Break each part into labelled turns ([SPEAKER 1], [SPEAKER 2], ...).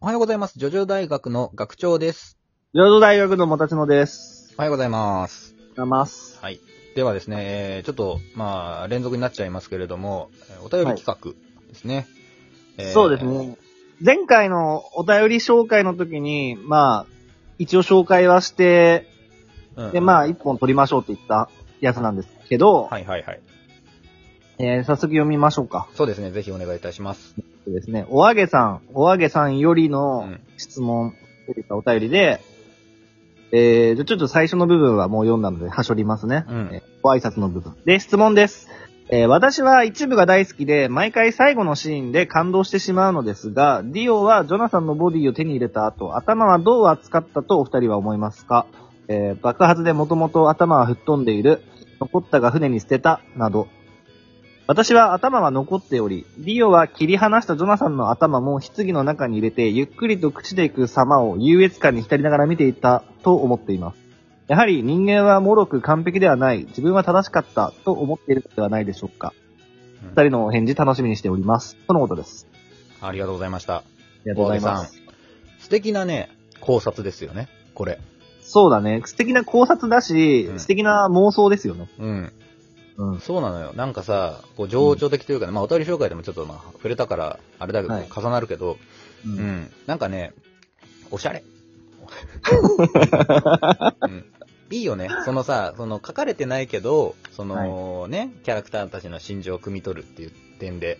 [SPEAKER 1] おはようございます。ジョジョ大学の学長です。
[SPEAKER 2] 領土大学のもたちのです。
[SPEAKER 1] おはようございます。
[SPEAKER 2] がます。
[SPEAKER 1] はい。ではですね、えーちょっと、まあ、連続になっちゃいますけれども、えーお便り企画ですね。えー
[SPEAKER 2] そうです。ね。前回のお便り紹介の時に、まあ、一応紹介はして、
[SPEAKER 1] うん
[SPEAKER 2] で、まあ、一本取りましょうって言ったやつなんですけど、
[SPEAKER 1] はいはいはい。
[SPEAKER 2] えー早速読みましょうか。
[SPEAKER 1] そうですね、ぜひお願いいたします。
[SPEAKER 2] そうですね。おあげさん、おあげさんより
[SPEAKER 1] う
[SPEAKER 2] の
[SPEAKER 1] ん。
[SPEAKER 2] 質問、というかお便りで、えー、じゃあちょっと最初の部分はもう読んだので、はしょりますね。
[SPEAKER 1] うん
[SPEAKER 2] えーご挨拶の部分。で、質問です。えー私は一部が大好きで、毎回最後のシーンで感動してしまうのですが、ディオはジョナサンのボディを手に入れた後、頭はどう扱ったとお二人は思いますかえー爆発でもともと頭は吹っ飛んでいる、残ったが船に捨てた、など。私は頭は残っており、ディオは切り離したジョナサンの頭も棺の中に入れて、ゆっくりと朽ちていく様を優越感に浸りながら見ていたと思っています。やはり人間は脆く完璧ではない、自分は正しかったと思っているのではないでしょうか。
[SPEAKER 1] うん
[SPEAKER 2] 二人のお返事楽しみにしております。とのことです。
[SPEAKER 1] ありがとうございました。
[SPEAKER 2] ありがとうございます。
[SPEAKER 1] 素敵なね、考察ですよね、これ。
[SPEAKER 2] そうだね。素敵な考察だし、
[SPEAKER 1] うん
[SPEAKER 2] 素敵な妄想ですよね。
[SPEAKER 1] うん。
[SPEAKER 2] うん。
[SPEAKER 1] そうなのよ。なんかさ、こう、情緒的というかね、まあ、お便り紹介でもちょっと、まあ、触れたから、あれだけど、
[SPEAKER 2] はい
[SPEAKER 1] 重なるけど、
[SPEAKER 2] う
[SPEAKER 1] うんん。なんかね、おし ゃれ。うん、いいよね。そのさ、その書かれてないけど、そのね、キャラクターたちの心情を汲み取るっていう点で、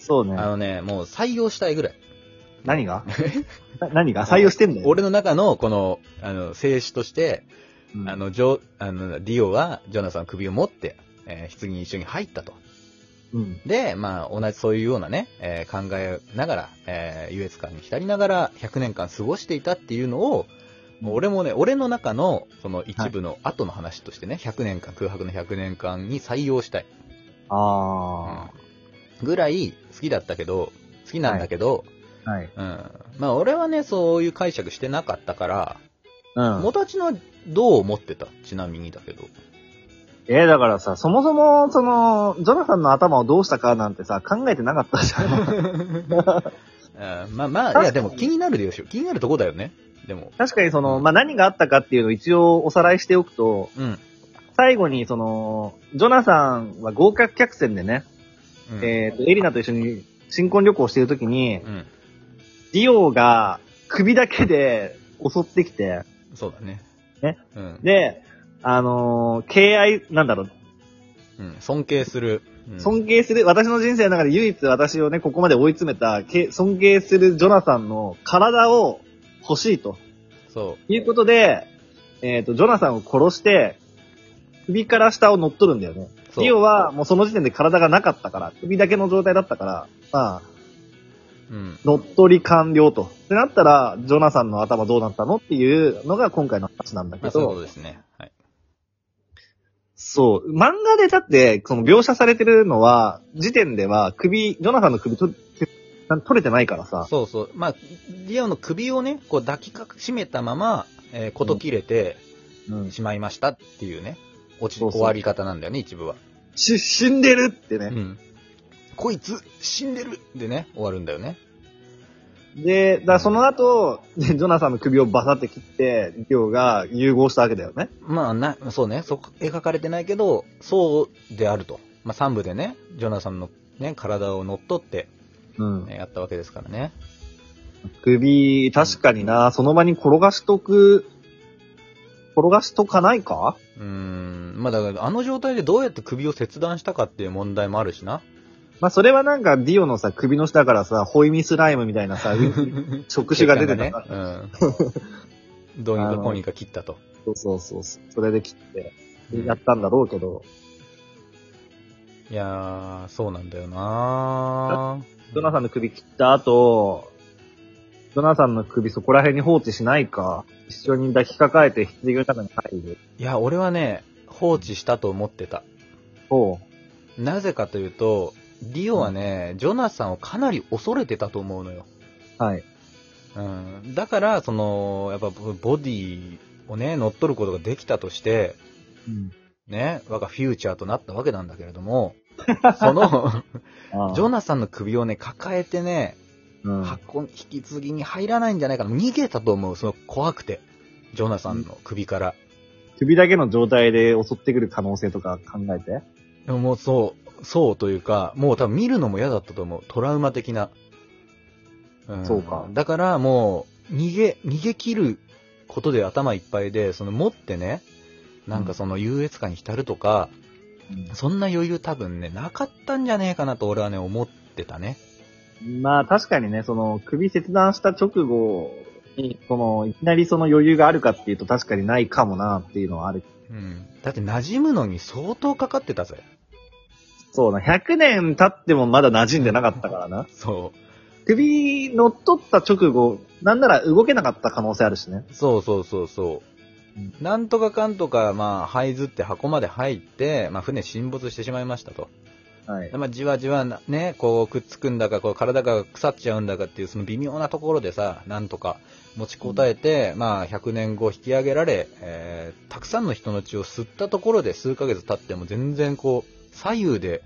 [SPEAKER 2] そう
[SPEAKER 1] あ
[SPEAKER 2] ね。
[SPEAKER 1] のね、もう採用したいぐらい。
[SPEAKER 2] 何がな何が採用してんだよ。
[SPEAKER 1] 俺の中のこの、あの、静止として、
[SPEAKER 2] うん
[SPEAKER 1] あ、の、ジョ、あの、ディオは、ジョナサンの首を持って、えー、棺に一緒に入ったと。
[SPEAKER 2] うん。
[SPEAKER 1] で、まあ、同じそういうようなね、えー考えながら、えー優越感に浸りながら100年間過ごしていたっていうのを、もう俺もね、俺の中の、その一部の後の話としてね、100年間、空白の100年間に採用したい。
[SPEAKER 2] あ
[SPEAKER 1] ぐらい好きだったけど、好きなんだけど、
[SPEAKER 2] ー。はい。
[SPEAKER 1] うん。まあ俺はね、そういう解釈してなかったから、
[SPEAKER 2] うん。
[SPEAKER 1] 元ちのどう思ってたちなみにだけ ど。
[SPEAKER 2] えー、だからさ、そもそも、その、ジョナサンの頭をどうしたかなんてさ、考えてなかったじゃ ん。
[SPEAKER 1] うんまあまあ、いやでも気になるでしょ。気になるとこだよね。でも。
[SPEAKER 2] 確かにその、まあ、何があったかっていうのを一応おさらいしておくと、
[SPEAKER 1] うん。
[SPEAKER 2] 最後に、その、ジョナサンは合格客船でね、
[SPEAKER 1] うん。
[SPEAKER 2] えっ、と、エリナと一緒に新婚旅行してるときに、
[SPEAKER 1] うん。
[SPEAKER 2] ディオが首だけで襲ってきて、
[SPEAKER 1] そうだね。
[SPEAKER 2] ね。
[SPEAKER 1] うん。
[SPEAKER 2] で、あのー敬愛、なんだろう、
[SPEAKER 1] うん。尊敬する。うん
[SPEAKER 2] 尊敬する、私の人生の中で唯一私をね、ここまで追い詰めた、け尊敬するジョナサンの体を欲しいと
[SPEAKER 1] そ
[SPEAKER 2] いうことで、えっ、と、ジョナサンを殺して、首から下を乗っ取るんだよね。
[SPEAKER 1] う。そう
[SPEAKER 2] リオ、はもうその時点で体がなかったから、首だけの状態だったから、まあ、
[SPEAKER 1] うん。
[SPEAKER 2] 乗っ取り完了と。ってなったら、ジョナサンの頭どうなったのっていうのが今回の話なんだ
[SPEAKER 1] ま
[SPEAKER 2] け
[SPEAKER 1] あそういうこ
[SPEAKER 2] ど、
[SPEAKER 1] とですね。はい。
[SPEAKER 2] そう、漫画でだって、その描写されてるのは、時点では首、ジョナサンの首取れ取れてないからさ、
[SPEAKER 1] そうそう。まあ、リオの首をね、こう抱きかしめたまま、えー、こと切れて
[SPEAKER 2] うん、
[SPEAKER 1] しまいましたっていうね、落ち、
[SPEAKER 2] そうそ
[SPEAKER 1] 終
[SPEAKER 2] う
[SPEAKER 1] わり方なんだよね、一部は。
[SPEAKER 2] し死んでるって
[SPEAKER 1] う
[SPEAKER 2] ね。
[SPEAKER 1] ん。こいつ、死んでるでね、終わるんだよね。
[SPEAKER 2] で、だからその後、ジョナサンの首をバサって切って、リオが融合したわけだよね。
[SPEAKER 1] まあ、な、そうね、そこ、描かれてないけど、そうであると。まあ、3部でね、ジョナサンのね、体を乗っ取って、
[SPEAKER 2] うん
[SPEAKER 1] ねやったわけですからね。
[SPEAKER 2] 首、確かにな、その場に転がしとく、転がしとかないか
[SPEAKER 1] うーん、まあだから、あの状態でどうやって首を切断したかっていう問題もあるし な。
[SPEAKER 2] まあ、それはなんか、ディオのさ、首の下からさ、ホイミスライムみたいな さ、触手が出てた
[SPEAKER 1] ね
[SPEAKER 2] から。。
[SPEAKER 1] うん。どうに
[SPEAKER 2] あ
[SPEAKER 1] か
[SPEAKER 2] の
[SPEAKER 1] こうにか切ったと。
[SPEAKER 2] そうそうそうそう。それで切って、やったんだろうけど、
[SPEAKER 1] いやー、そうなんだよな
[SPEAKER 2] ジョナサンの首切った後、ジョナサンの首そこら辺に放置しないか、一緒に抱きかかえて棺の中に入る。
[SPEAKER 1] いや、俺はね、放置したと思ってた。
[SPEAKER 2] ほ
[SPEAKER 1] なぜかというと、ディオはね、ジョナサンをかなり恐れてたと思うのよ。
[SPEAKER 2] う。はい。
[SPEAKER 1] うん。だから、その、やっぱボディをね、乗っ取ることができたとして、
[SPEAKER 2] うん。
[SPEAKER 1] ね、我がフューチャーとなったわけなんだけれども、その、ジョ
[SPEAKER 2] ナ、
[SPEAKER 1] ナサンの首をね、抱えてね、
[SPEAKER 2] うん。
[SPEAKER 1] 箱に、引き継ぎに入らないんじゃないかな。逃げたと思う、その怖くて。ジョナサンの首から。
[SPEAKER 2] 首だけの状態で襲ってくる可能性とか考えて。
[SPEAKER 1] でももうそう、そうというか、もう多分見るのも嫌だったと思う。トラウマ的な。ん
[SPEAKER 2] そうか
[SPEAKER 1] だからもう、逃げ、逃げ切ることで頭いっぱいで、その持ってね、なんかその優越感に浸るとか、そんな余裕多分ね、なかったんじゃねえかなと俺はね、思ってたね。
[SPEAKER 2] まあ確かにね、その首切断した直後に、その、いきなりその余裕があるかっていうと確かにないかもなっていうのはある。
[SPEAKER 1] うん。だって馴染むのに相当かかってたぜ。
[SPEAKER 2] そうな、100年経ってもまだ馴染んでなかったからな。
[SPEAKER 1] そ
[SPEAKER 2] 首乗っ取った直後、なんなら動けなかった可能性あるしね。
[SPEAKER 1] う。そうそうそうそう。
[SPEAKER 2] うん
[SPEAKER 1] なんとかかんとか、まあ、灰ずって箱まで入って、まあ、船沈没してしまいましたと。
[SPEAKER 2] はい
[SPEAKER 1] で。まあ、じわじわなね、こうくっつくんだか、こう体が腐っちゃうんだかっていう、その微妙なところでさ、なんとか持ちこたえて、まあ、100年後引き上げられ、えー、たくさんの人の血を吸ったところで数ヶ月経っても全然こう、左右で、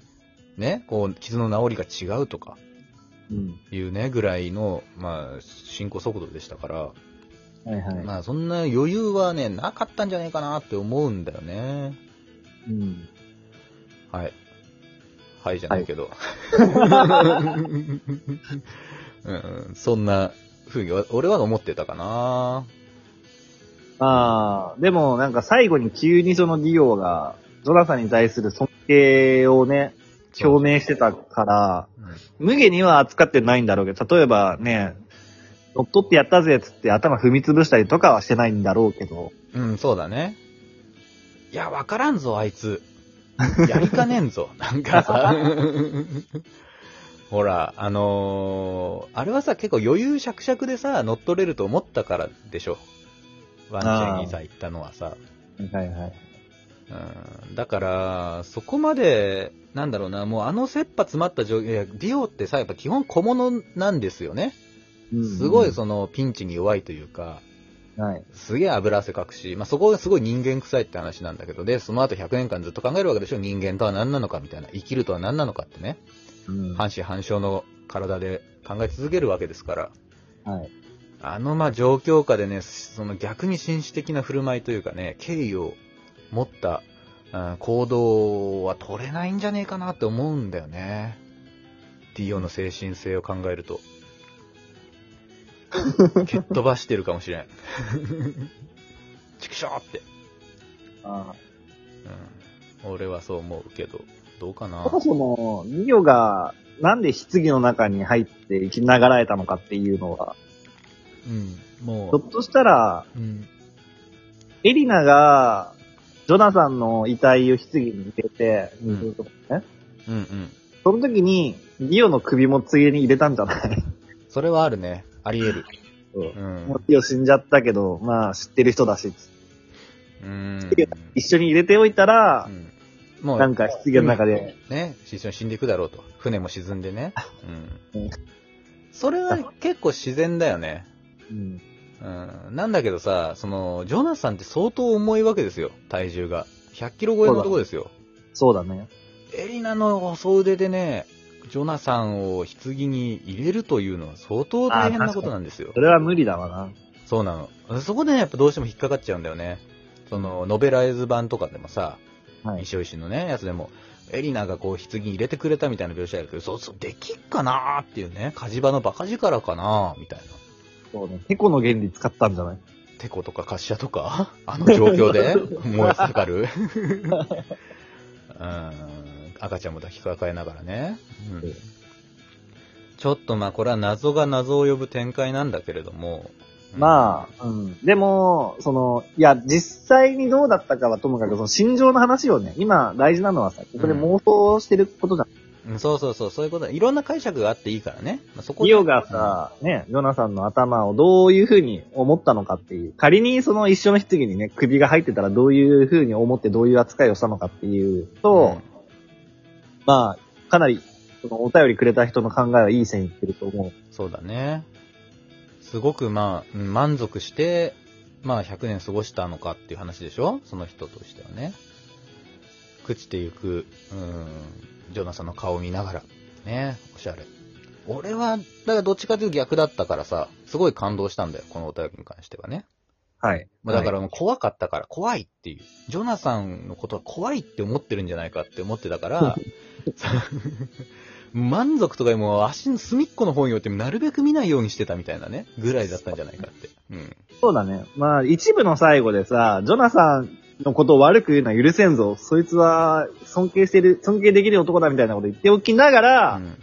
[SPEAKER 1] ね、こう、傷の治りが違うとか、
[SPEAKER 2] うん。
[SPEAKER 1] いうね、ぐらいの、まあ、進行速度でしたから、
[SPEAKER 2] はいはい。
[SPEAKER 1] まあ、そんな余裕はね、なかったんじゃないかなって思うんだよね。
[SPEAKER 2] うん。
[SPEAKER 1] はい。はいじゃないけど。 うん、そんな風に、俺は思ってたかな。
[SPEAKER 2] まあ、でもなんか最後に急にそのディオが、ゾナさんに対する尊敬をね、表明してたから、
[SPEAKER 1] うん
[SPEAKER 2] 無下には扱ってないんだろうけど、例えばね、乗っ取ってやったぜっつって頭踏み潰したりとかはしてないんだろうけど、
[SPEAKER 1] うん、そうだね。いや、わからんぞ、あいつ。やりかねん ぞ。なんかさ。ほら、あのーあれはさ、結構余裕しゃくしゃくでさ、乗っ取れると思ったからでしょ。ワンチェンにさ、行ったのはさ。
[SPEAKER 2] はいはい。
[SPEAKER 1] うんだから、そこまで、なんだろうな、もうあの切羽詰まった状況、いやディオってさ、やっぱ基本小物なんですよね。すごいそのピンチに弱いというか、
[SPEAKER 2] の、はい。
[SPEAKER 1] すげえ油汗かくし、まあ、そこがすごい人間臭いって話なんだけど、で、その後100年間ずっと考えるわけでしょ、人間とは何なのかみたいな、生きるとは何なのかってね、
[SPEAKER 2] うんは
[SPEAKER 1] 半死半生の体で考え続けるわけですから、
[SPEAKER 2] い。
[SPEAKER 1] あのまあ状況下でね、その逆に紳士的な振る舞いというかね、敬意を持った、うん行動は取れないんじゃねえかなって思うんだよね。ディオの精神性を考えると。蹴っ飛ばしてるかもしれん。 ちくしょうって、
[SPEAKER 2] あ
[SPEAKER 1] うん。俺はそう思うけど、どうか
[SPEAKER 2] あ
[SPEAKER 1] な
[SPEAKER 2] そ。もそも、ニオがなんで棺の中に入って生きながらえたのかっていうのは、
[SPEAKER 1] うん。も
[SPEAKER 2] ひょ
[SPEAKER 1] う
[SPEAKER 2] っ、としたら、
[SPEAKER 1] うん。
[SPEAKER 2] エリナが、ジョナサンの遺体を棺に入れて、
[SPEAKER 1] うん
[SPEAKER 2] ね
[SPEAKER 1] うんうん。
[SPEAKER 2] その時に、リオの首もついでに入れたんじゃない、
[SPEAKER 1] それはあるね。あり得る。
[SPEAKER 2] う
[SPEAKER 1] うん。
[SPEAKER 2] もうリオ死んじゃったけど、まあ知ってる人だし、
[SPEAKER 1] うん。
[SPEAKER 2] 一緒に入れておいたら、
[SPEAKER 1] うん、もう
[SPEAKER 2] なんか棺の中で、
[SPEAKER 1] ね、一緒に死んでいくだろうと。船も沈んでね。う
[SPEAKER 2] うん
[SPEAKER 1] ん。それは結構自然だよね。
[SPEAKER 2] うん
[SPEAKER 1] うん。なんだけどさ、その、ジョナサンって相当重いわけですよ、体重が。100キロ超えのとこですよ。
[SPEAKER 2] そうだね。
[SPEAKER 1] エリナの細腕でね、ジョナサンを棺に入れるというのは相当大変なことなんですよ
[SPEAKER 2] そ。れは無理だわな。
[SPEAKER 1] そうなの。そこでね、やっぱどうしても引っかかっちゃうんだよね。その、ノベライズ版とかでもさ、
[SPEAKER 2] はい。
[SPEAKER 1] 西尾維新のね、やつでも、エリナがこう、棺に入れてくれたみたいな描写だけど、そうそう、できっかなーっていうね、火事場のバカ力かなーみたいな。
[SPEAKER 2] そうね。テコの原理使ったんじゃない
[SPEAKER 1] テコとか滑車とか、 あの状況で燃え盛る。 うーん、赤ちゃんも抱きかかえながらね。うん、ちょっとまあ、これは謎が謎を呼ぶ展開なんだけれども。
[SPEAKER 2] まあ、うん。でも、その、いや、実際にどうだったかはともかく、その心情の話をね、今大事なのはさ、ここで妄想してることじゃん。
[SPEAKER 1] うん、そうそうそう、そういうことだいろんな解釈があっていいからね。まあ、そこで
[SPEAKER 2] リオが、さ、ね、ジョナさんの頭をどういうふうに思ったのかっていう、仮にその一緒の棺にね、首が入ってたらどういうふうに思ってどういう扱いをしたのかっていうと、まあ、かなり、そのお便りくれた人の考えはいい線いってると思う。
[SPEAKER 1] そうだね。すごくまあ、うん満足して、まあ100年過ごしたのかっていう話でしょその人としてはね。朽ちてゆく、うん、ジョナサンの顔を見ながら、ね、おしゃれ。俺は、だからどっちかというと逆だったからさ、すごい感動したんだよ、このお便りに関してはね。
[SPEAKER 2] はい。
[SPEAKER 1] まあ、だからもう怖かったから、怖いっていう。ジョナサンのことは怖いって思ってるんじゃないかって思ってたから、さ満足とかよりも足の隅っこの方に寄ってなるべく見ないようにしてたみたいなね、ぐらいだったんじゃないかって。うん。
[SPEAKER 2] そうだね。まあ、一部の最後でさ、ジョナサンのことを悪く言うのは許せんぞ。そいつは尊敬してる、尊敬できる男だみたいなこと言っておきながら、
[SPEAKER 1] うん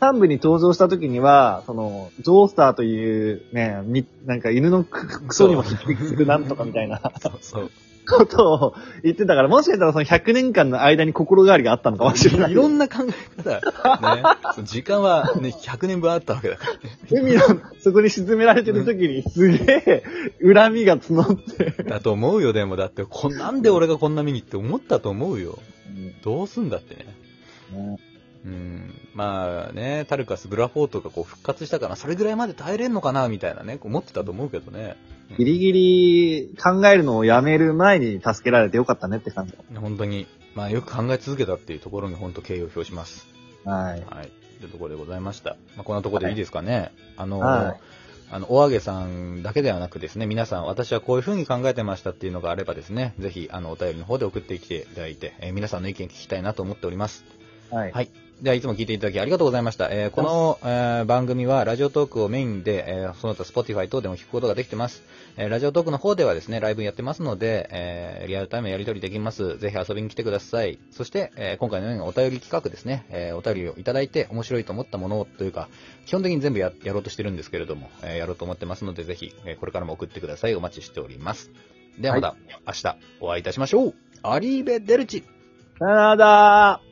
[SPEAKER 2] 三部に登場した時には、その、ジョースターというね、み、なんか犬のククソにも匹敵するなんとかみたい な
[SPEAKER 1] そうそう。
[SPEAKER 2] ことを言ってたから、もしかしたらその100年間の間に心変わりがあったのかもしれない。
[SPEAKER 1] いろんな考え方、ね、その時間はね、100年分あったわけだからね。
[SPEAKER 2] 海の、そこに沈められてる時に、すげえ、恨みが募って。
[SPEAKER 1] だと思うよ、でも。だって、こなんで俺がこんな見にって思ったと思うよ。どうすんだってね。うん。まあね、タルカス、ブラフォートがこう復活したから、それぐらいまで耐えれんのかな、みたいなね、こう思ってたと思うけどね。
[SPEAKER 2] ギリギリ考えるのをやめる前に助けられてよかったねって感じ。
[SPEAKER 1] 本当に、まあよく考え続けたっていうところに本当敬意を表します。
[SPEAKER 2] はい。
[SPEAKER 1] はい。というところでございました。まあ、こんなところでいいですかね。あの、
[SPEAKER 2] はい
[SPEAKER 1] あの、おあげさんだけではなくですね、皆さん、私はこういうふうに考えてましたっていうのがあればですね、ぜひ、あの、お便りの方で送ってきていただいて、えー皆さんの意見聞きたいなと思っております。
[SPEAKER 2] はい。
[SPEAKER 1] はい。では、いつも聞いていただきありがとうございました。えーこの、えー番組は、ラジオトークをメインで、えーその他、Spotify 等でも聞くことができてます。えーラジオトークの方ではですね、ライブやってますので、えーリアルタイムやり取りできます。ぜひ遊びに来てください。そして、えー今回のようにお便り企画ですね、えーお便りをいただいて面白いと思ったものというか、基本的に全部ややろうとしてるんですけれども、えーやろうと思ってますので、ぜひ、えーこれからも送ってください。お待ちしております。ではまた、明日お会いいたしましょう。アリーベ・デルチ。
[SPEAKER 2] さよなら